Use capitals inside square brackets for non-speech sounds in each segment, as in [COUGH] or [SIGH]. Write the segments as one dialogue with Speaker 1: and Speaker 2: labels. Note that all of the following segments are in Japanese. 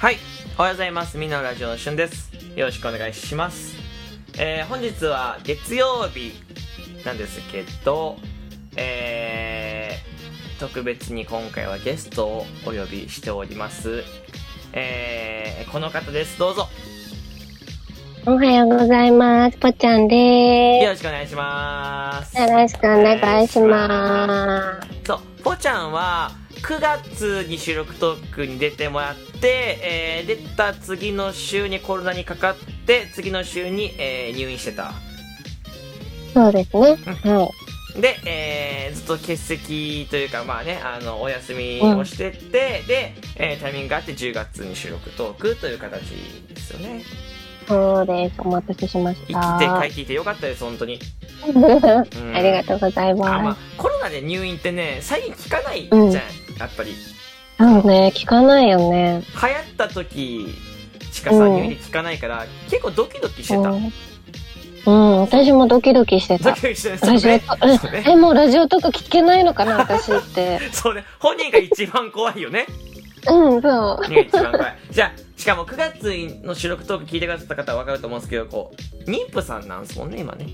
Speaker 1: はい、おはようございます。みんなのラジオのしゅんです。よろしくお願いします。えー、本日は月曜日なんですけど、えー、特別に今回はゲストをお呼びしております。えー、この方です。どうぞ。
Speaker 2: おはようございます。ぽちゃんで
Speaker 1: よろしくお願いします。
Speaker 2: す。よろしくお願いしま
Speaker 1: そう、ぽちゃんは、9月に収録トークに出てもらって、えー出た次の週にコロナにかかって、次の週に、えー入院してた。
Speaker 2: す。そうですね。は
Speaker 1: で、えーずっと欠席というか、まあね、あの、お休みをしてて、で、えータイミングがあって10月に収録トークという形ですよね。
Speaker 2: い。そうです。お待たせしまし
Speaker 1: 生
Speaker 2: た。
Speaker 1: きて帰っていてよかったです、本当に。うん
Speaker 2: [LAUGHS] ありがとうござい
Speaker 1: あ、ま
Speaker 2: ま
Speaker 1: あ、コロナで入院ってね、最近聞かないじゃん、
Speaker 2: うん
Speaker 1: やっぱり。
Speaker 2: す。そうね、聞かないよね。
Speaker 1: 流行った時しかさ、
Speaker 2: うん
Speaker 1: 入院で聞かないから、結構ドキドキしてた。
Speaker 2: うん、うん私もドキドキして
Speaker 1: ド
Speaker 2: た。
Speaker 1: キドキしてた。
Speaker 2: ラジオ
Speaker 1: ね
Speaker 2: と、う
Speaker 1: [LAUGHS]
Speaker 2: ん
Speaker 1: そうね。
Speaker 2: え、もうラジオとか聞けないのか
Speaker 1: [LAUGHS]
Speaker 2: な、私って。
Speaker 1: それ、本人が一番怖いよね。
Speaker 2: うん、そう。
Speaker 1: ね一番怖い。じゃあ、しかも9月の収録トーク聞いてくださった方は分かると思うんですけど、こう、妊婦さんなんですもんね、今ね。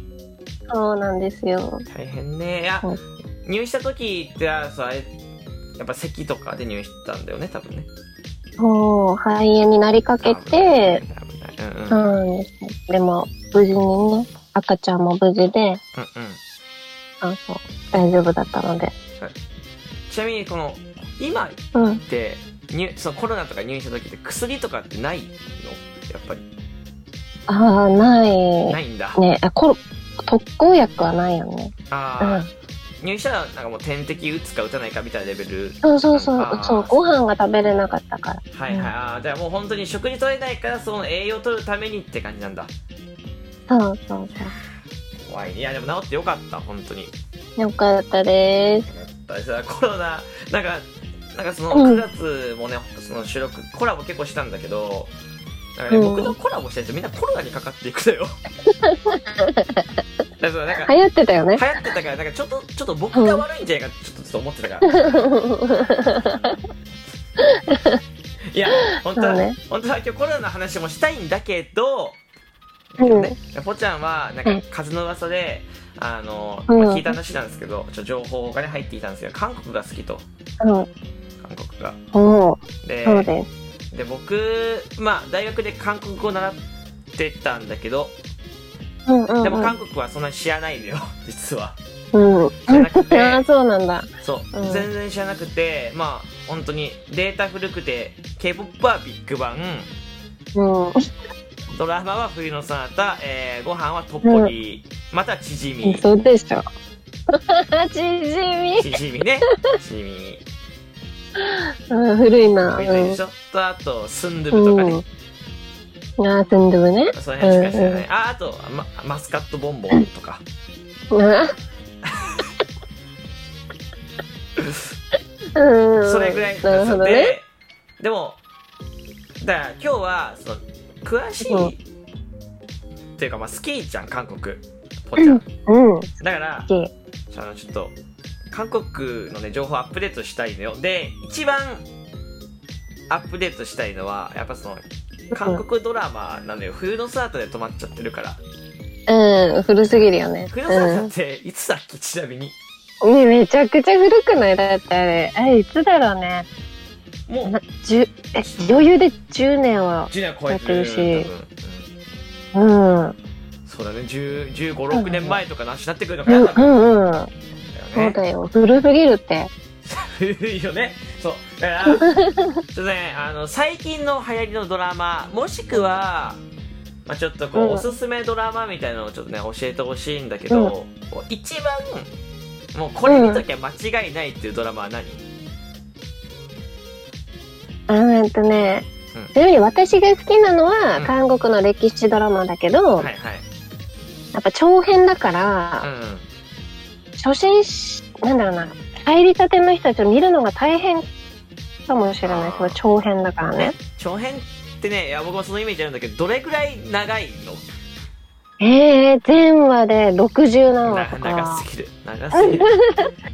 Speaker 2: そうなんですよ。
Speaker 1: 大変ね。いや
Speaker 2: うん、
Speaker 1: 入院した時って、あそうあれやっぱ咳とかで入院してたんだよね、多分ね。
Speaker 2: そう、肺炎になりかけて、
Speaker 1: 危ない、危ない。うんうん。
Speaker 2: そ
Speaker 1: うん
Speaker 2: うなんです。でも、無事にね、赤ちゃんも無事で、
Speaker 1: うん。
Speaker 2: あ、そう、大丈夫だったので。
Speaker 1: ちなみに、この、今っ
Speaker 2: うん。
Speaker 1: て、入そのコロナとか入院した時って薬とかってないのやっぱり。
Speaker 2: ああ、ない。
Speaker 1: ないんだ。
Speaker 2: ね、あ、コロ、特効薬はないよね。う
Speaker 1: ああ
Speaker 2: ん。、
Speaker 1: 入院したらなんかもう点滴打つか打たないかみたいなレベル。
Speaker 2: そうそうそ
Speaker 1: あー
Speaker 2: う、そう、ご飯が食べれなかったから。
Speaker 1: はいはい。ああ、じゃあもう本当に食事取れないから、その栄養取るためにって感じなんだ。
Speaker 2: そうそう
Speaker 1: 怖い。いや、でも治ってよかった、本当に。よ
Speaker 2: そう。よかったです。
Speaker 1: かったですコロナ、なんか、なんかその
Speaker 2: うん
Speaker 1: 9月もね、その収録、コラボ結構したんだけど、なんかね、
Speaker 2: うん
Speaker 1: 僕のコラボしたやつみんなコロナにかかっていく
Speaker 2: [LAUGHS]
Speaker 1: だよ。だからそうなんか、
Speaker 2: 流行ってたよね
Speaker 1: 流。行ってたから、なんかちょっと、ちょっと僕が悪いんじゃないかってちょっとちょっと思ってたから。い
Speaker 2: [LAUGHS]
Speaker 1: や、本当は、
Speaker 2: そうね
Speaker 1: 本当は今日コロナの話もしたいんだけど、
Speaker 2: うん
Speaker 1: ね、ぽちゃんは、なん
Speaker 2: うん
Speaker 1: か、風の噂で、あの、
Speaker 2: うん
Speaker 1: まあ聞いた話なんですけど、ちょ情報がね、入っていたんですけど、韓国が好きと、
Speaker 2: [LAUGHS] うん。
Speaker 1: 韓国が。
Speaker 2: もう、そう
Speaker 1: で、
Speaker 2: です。
Speaker 1: で僕、まあ、大学で韓国語を習ってたんだけど、
Speaker 2: うんうんうん。
Speaker 1: でも韓国はそんなに知らないのよ、 [LAUGHS] 実
Speaker 2: [LAUGHS]
Speaker 1: は。
Speaker 2: うん。
Speaker 1: 知らなくて、
Speaker 2: ああ、そうなんだ。
Speaker 1: そう、
Speaker 2: うん
Speaker 1: 全然知らなくて、まあ、本当に、データ古くて、K-POP はビッグバン、
Speaker 2: うん。
Speaker 1: ドラマは冬のサナタ、えーご飯はトッポギ、またはチヂミ。
Speaker 2: そうでしょ。 [LAUGHS] ちじみ。
Speaker 1: チヂミね。チヂミ。
Speaker 2: うん、古いな。
Speaker 1: あ
Speaker 2: う
Speaker 1: いで
Speaker 2: ん
Speaker 1: し。ょとあとスンドゥブとかね、
Speaker 2: うん。ああ、スンドゥブね。
Speaker 1: その辺しか知らない、
Speaker 2: う
Speaker 1: ああとママスカットボンボンとか
Speaker 2: うん。
Speaker 1: それぐらい
Speaker 2: なるほどね。
Speaker 1: ででもだから今日はその詳し
Speaker 2: う
Speaker 1: いっていうかまあ好きじゃん韓国ポちゃん
Speaker 2: うん。
Speaker 1: だから
Speaker 2: 好き。
Speaker 1: あのちょっと韓国のね情報アップデートしたいのよで一番アップデートしたいのはやっぱその韓国ドラマなのよ冬のスタートで止まっちゃってるから
Speaker 2: うん、古すぎるよね。
Speaker 1: 冬のスタートっていつだっけちなみに
Speaker 2: うん、ねめちゃくちゃ古くないだってあれ。あれ、いつだろうね。
Speaker 1: もう
Speaker 2: なじゅえ、余裕で10年は。
Speaker 1: 10年超えてる
Speaker 2: やっ
Speaker 1: 多
Speaker 2: てる
Speaker 1: 分
Speaker 2: し、うん。う
Speaker 1: う
Speaker 2: ん
Speaker 1: んそうだね1 5 6年前とかなしなってくるのかな、
Speaker 2: う
Speaker 1: 多
Speaker 2: ん
Speaker 1: 分
Speaker 2: うん。そうだよ。古すぎるって。
Speaker 1: 古いよねそうだからちょっとねあの最近の流行りのドラマもしくは、まあ、ちょっとこう、
Speaker 2: うん
Speaker 1: おすすめドラマみたいなのをちょっとね教えてほしいんだけど、こう一番もうこれ見ときゃ間違いないっていうドラマは何、
Speaker 2: うんとね
Speaker 1: うん。
Speaker 2: ちなみに私が好きなのは
Speaker 1: うん
Speaker 2: 韓国の歴史ドラマだけど、
Speaker 1: はいはい
Speaker 2: やっぱ長編だか
Speaker 1: う
Speaker 2: ら、
Speaker 1: んうん
Speaker 2: 初心し、なんだろうな、入りたての人たちを見るのが大変かもしれない。すごい長編だからね。
Speaker 1: 長編ってねいや僕もそのイメージあるんだけどどれぐらい長いの
Speaker 2: ええ全話で60何話
Speaker 1: な
Speaker 2: と
Speaker 1: 長
Speaker 2: か
Speaker 1: す。ぎる長すぎる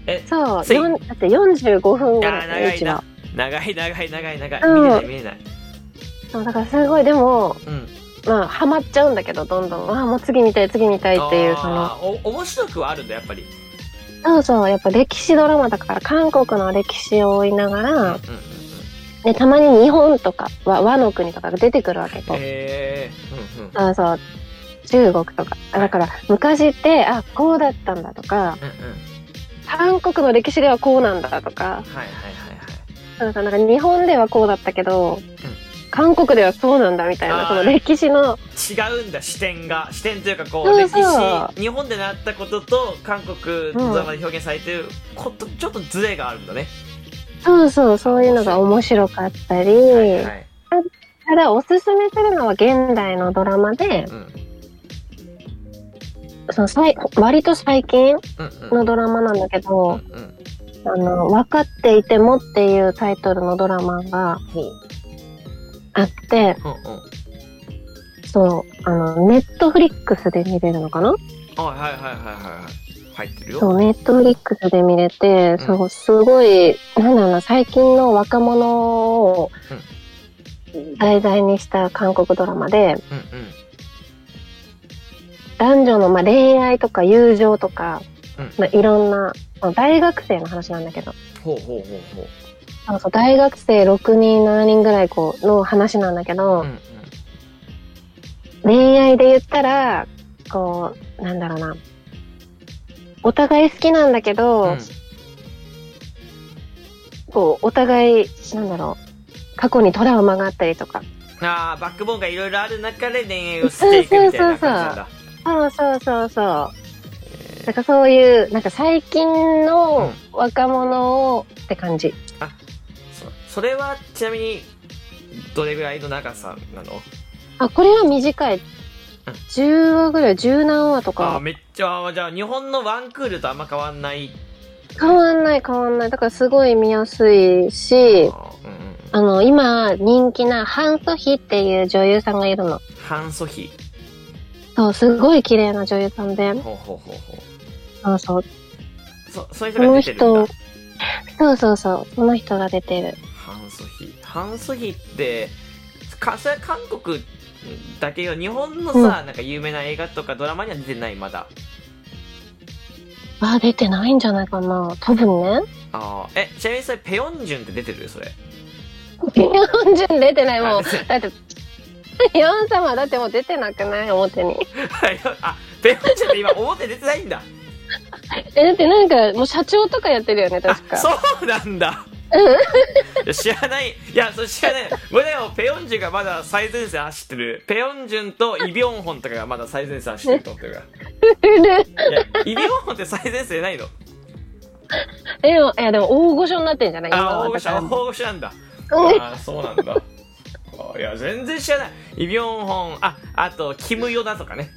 Speaker 1: え
Speaker 2: そう、
Speaker 1: つい
Speaker 2: よんだって45分ぐらい
Speaker 1: あー長い
Speaker 2: 一話
Speaker 1: な。長い長い長い長い、見れな
Speaker 2: うん
Speaker 1: い見れない
Speaker 2: そうだからすごい、でも、
Speaker 1: うん
Speaker 2: まあ、ハマっちゃうんだけど、どんどん。ああ、もう次見たい、次見たいっていう、その、
Speaker 1: あーお面白くはあるんだやっぱり
Speaker 2: そうそう、やっぱ歴史ドラマだから、韓国の歴史を追いなが
Speaker 1: うんうんう
Speaker 2: ら
Speaker 1: ん、
Speaker 2: で、たまに日本とか、和和の国とかが出てくるわけと。
Speaker 1: へえうんうん
Speaker 2: そうそう、中国とか。あだから、昔って、あ、こうだったんだとか、
Speaker 1: うんうん
Speaker 2: 韓国の歴史ではこうなんだとか、
Speaker 1: はいはいはいはい
Speaker 2: なんかなんか日本ではこうだったけど、韓国ではそうなんだみたい
Speaker 1: あー
Speaker 2: な、その歴史の、
Speaker 1: 違うんだ視点が視点というかこう
Speaker 2: そう
Speaker 1: 歴
Speaker 2: そう
Speaker 1: 史日本で習ったことと韓国ドラマで表現されてること、ちょっとズレがあるんだね、
Speaker 2: そうそう、そういうのが面白かったり、
Speaker 1: はいはい
Speaker 2: ただおすすめするのは現代のドラマで、
Speaker 1: うん
Speaker 2: そのさい割と最
Speaker 1: う
Speaker 2: 近
Speaker 1: んうん
Speaker 2: のドラマなんだけ
Speaker 1: う
Speaker 2: ど、
Speaker 1: んうん
Speaker 2: あの、分かっていてもっていうタイトルのドラマが
Speaker 1: ほう
Speaker 2: あって、
Speaker 1: うんうん
Speaker 2: そう、あの、ネットフリックスで見れるのかな
Speaker 1: あはいはいはいはいはい入ってるよ
Speaker 2: そう、ネットフリックスで見れて、
Speaker 1: うん
Speaker 2: そう、すごい、なんだろうな、最近の若者を題材にした韓国ドラマで、
Speaker 1: うんうん
Speaker 2: 男女のまあ恋愛とか友情とか、
Speaker 1: うん
Speaker 2: まあ、いろんな、まあ大学生の話なんだけど、
Speaker 1: ほうほうほうほう
Speaker 2: そうそう大学生6人、7人ぐらいこうの話なんだけど、
Speaker 1: うんうん
Speaker 2: 恋愛で言ったら、こう、なんだろうな、お互い好きなんだけ
Speaker 1: う
Speaker 2: ど、
Speaker 1: ん
Speaker 2: こう、お互い、なんだろう、過去にトラウマがあったりとか。
Speaker 1: あーバックボーンがいろいろある中で恋愛をしていくみたいな感じなんだ
Speaker 2: そうそうそうそう。なんかそういう、なんか最近の若者をって感じ。
Speaker 1: そそれはちなみにどれぐらいの長さなの
Speaker 2: あ、これは短い。10話ぐらい、十何話と
Speaker 1: あー
Speaker 2: か。
Speaker 1: めっちゃあーじゃあ日本のワンクールとあんま変わんない
Speaker 2: 変わんない変わんない。だからすごい見やすいし、
Speaker 1: あーうんうんうん
Speaker 2: あの、今人気なハンソヒっていう女優さんがいるの。
Speaker 1: ハンソヒ
Speaker 2: そう、すごい綺麗な女優さんで。
Speaker 1: ほうほうほうほ
Speaker 2: そうそう。
Speaker 1: うそそういう
Speaker 2: そ
Speaker 1: 人が
Speaker 2: の
Speaker 1: 出てるんだ
Speaker 2: 人、そうそうそう。その人が出てる。
Speaker 1: ハンソヒハンソヒってかそれは韓国だけよ日本のさ、
Speaker 2: うん
Speaker 1: なんか有名な映画とかドラマには出てないまだ
Speaker 2: あ、出てないんじゃないかな。多分ね。
Speaker 1: あーえちなみにそれペヨンジュンって出てるそれ [LAUGHS]
Speaker 2: 40出てないも
Speaker 1: あ
Speaker 2: う。だって、ヨン様だってもう出てなくない表に。
Speaker 1: はいあペヨンジュンって今表出てないんだ
Speaker 2: え、だってなんか、もう社長とかやってるよね、
Speaker 1: あ
Speaker 2: 確か。
Speaker 1: そうなんだいや知らないいやそれ知らない胸をペヨンジュンがまだ最前線走ってるペヨンジュンとイ・ビョンホンとかがまだ最前線走ってると思ってるから
Speaker 2: [LAUGHS]
Speaker 1: いやイ・ビョンホンって最前線ないの
Speaker 2: え、でも、いやでも大御所になってんじゃない今
Speaker 1: あ
Speaker 2: は
Speaker 1: 大御所大
Speaker 2: だか
Speaker 1: 御所なんだ
Speaker 2: うん
Speaker 1: ああそうなんだあいや全然知らないイ・ビョンホンああとキム・ヨナとかね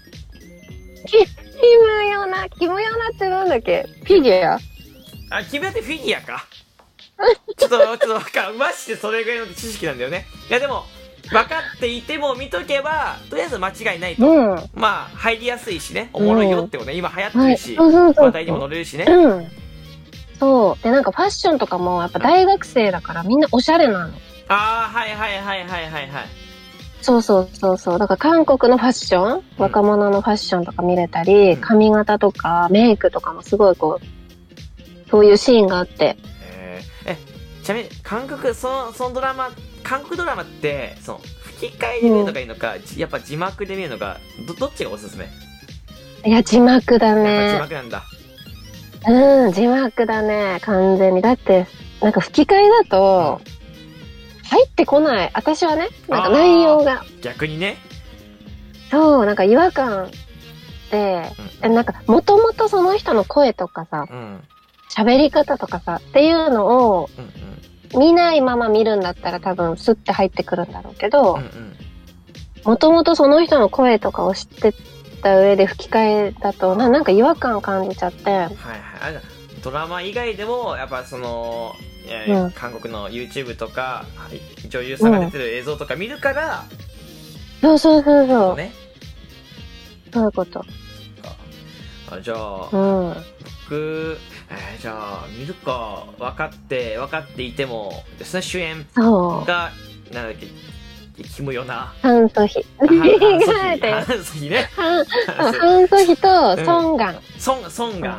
Speaker 2: らキキムヨナ、キムヨナってなんだっけフィギュア
Speaker 1: あキムヨナってフィギュアかちょっとちょっとわかんマジでそれぐらいの知識なんだよねいやでも分かっていても見とけばとりあえず間違いないと
Speaker 2: うん。
Speaker 1: まあ入りやすいしねおもろいよってことね今流行って
Speaker 2: は
Speaker 1: る
Speaker 2: い。
Speaker 1: し、
Speaker 2: そうそうそ
Speaker 1: 話
Speaker 2: う。
Speaker 1: 題にも乗れるしね
Speaker 2: うん。そう。で、なんかファッションとかも、やっぱ大学生だからみんなおしゃれなの。
Speaker 1: ああはいはいはいはいはいはい
Speaker 2: そうそうそうそう。だから韓国のファッション、若者のファッションとか見れたり、
Speaker 1: うん
Speaker 2: 髪型とかメイクとかもすごいこう、そういうシーンがあって。
Speaker 1: えーえちなみに韓国そのそのドラマ韓国ドラマってその吹き替えで見るのがいいのか、じやっぱ字幕で見るのがどどっちがおすすめ、
Speaker 2: いや、字幕だ
Speaker 1: やっぱ字
Speaker 2: ね。
Speaker 1: 幕なんだ
Speaker 2: うん、字幕だね。完全に。だって、なんか吹き替えだと、入ってこない。私はね、なんか内容が。
Speaker 1: 逆にね、
Speaker 2: そう、なんか違和感で、えなんか、もともとその人の声とかさ、
Speaker 1: うん、うん
Speaker 2: 喋り方とかさ、っていうのを
Speaker 1: うん
Speaker 2: 見ないまま見るんだったら多分スッて入ってくるんだろうけど、
Speaker 1: うんうん
Speaker 2: もともとその人の声とかを知ってた上で吹き替えだとななんか違和感感じちゃって
Speaker 1: はいはいあれだドラマ以外でもやっぱその、え
Speaker 2: うん
Speaker 1: 韓国の YouTube とかはい女優さんが出てる映像とか見るから、
Speaker 2: そうそうそうそう、
Speaker 1: ね
Speaker 2: そういうこと
Speaker 1: あじゃあ、
Speaker 2: うん
Speaker 1: 僕、えーじゃあ見るか分かって分かっていてもですね主演
Speaker 2: そう
Speaker 1: がなんだっけキムよな
Speaker 2: 炭素費。
Speaker 1: あ
Speaker 2: 考 [LAUGHS] えて。
Speaker 1: 反則費ね
Speaker 2: 半
Speaker 1: 反則
Speaker 2: 炭素費と孫がん。
Speaker 1: 孫孫がん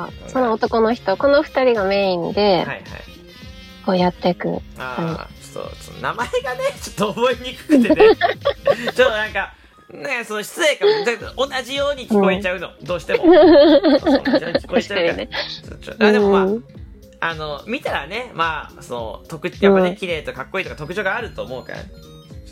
Speaker 1: は
Speaker 2: そうその男の人、この二人がメイン
Speaker 1: い
Speaker 2: で、
Speaker 1: はい
Speaker 2: こうやっていく。
Speaker 1: ああちょっとちょっと名前がねちょっと覚えにくくてねちょっとなんかねその失礼かもだけど同じように聞こえちゃうの、どうしてもそうそう同じように聞こえ
Speaker 2: 確
Speaker 1: ち
Speaker 2: か
Speaker 1: ゃうか
Speaker 2: に
Speaker 1: ら
Speaker 2: ね。
Speaker 1: ちょっとあでもまあ、
Speaker 2: うん
Speaker 1: あの、見たらね、まあ、その、特、やっぱね、
Speaker 2: うん
Speaker 1: 綺麗とかっこいいとか特徴があると思うから、ちょ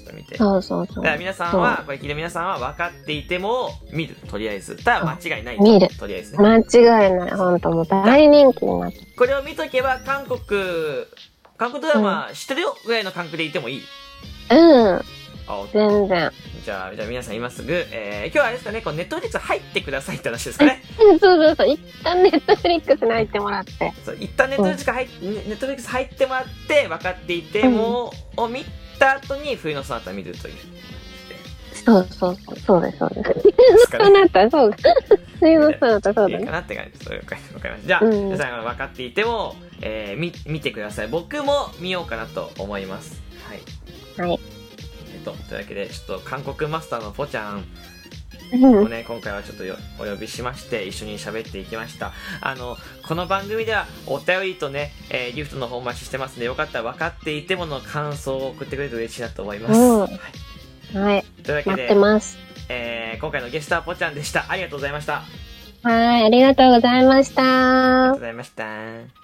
Speaker 1: っと見て。だか
Speaker 2: そうそうそう。
Speaker 1: ら皆さんは、これ聞いて皆さんは分かっていても、見る、とりあえず。ただ間違いない。
Speaker 2: 見る
Speaker 1: とりあえずね。
Speaker 2: 間違いない。ほんと、もう大人気になって。
Speaker 1: これを見とけば、韓国、韓国ドラマ知ってるよぐらいの感覚でいてもいい。
Speaker 2: うん、
Speaker 1: あお
Speaker 2: 全然。
Speaker 1: じゃあ、じゃあ皆さん今すぐ、えー、今日はあれですかね、こうネットフリックス入ってくださいって話ですかね。
Speaker 2: [LAUGHS] そうそうそう。一旦ネットフリックスに入ってもらって。
Speaker 1: そう一旦ネットフリックス入っネネットフリックス入ってもらって、分かっていても、を見た後に、冬のソナタ見るという。
Speaker 2: そうそうそう。そうです、そうです。
Speaker 1: ですかね
Speaker 2: そうなった、そうか。水のそうだった、そうだ
Speaker 1: いいか
Speaker 2: ね。
Speaker 1: なって感じです。わかりました。じゃあ、
Speaker 2: うん
Speaker 1: 皆さんが分かっていても、えー、み見てください。僕も見ようかなと思います。はい。
Speaker 2: はい。
Speaker 1: えっと、というわけで、ちょっと韓国マスターのポちゃん
Speaker 2: う
Speaker 1: を
Speaker 2: ん
Speaker 1: ね、 [LAUGHS] 今回はちょっとよお呼びしまして、一緒に喋っていきました。あの、この番組ではお便りとね、えーギフトの方お待ちしてますんで、よかったら分かっていてもの感想を送ってくれると嬉しいなと思います。
Speaker 2: うん
Speaker 1: はい、
Speaker 2: はい。
Speaker 1: というわけ
Speaker 2: 待っ
Speaker 1: で、
Speaker 2: てます。
Speaker 1: えー、今回のゲストはポちゃんでした。ありがとうございました。あり
Speaker 2: はい、ありがとうございました
Speaker 1: がとうご。ざいました。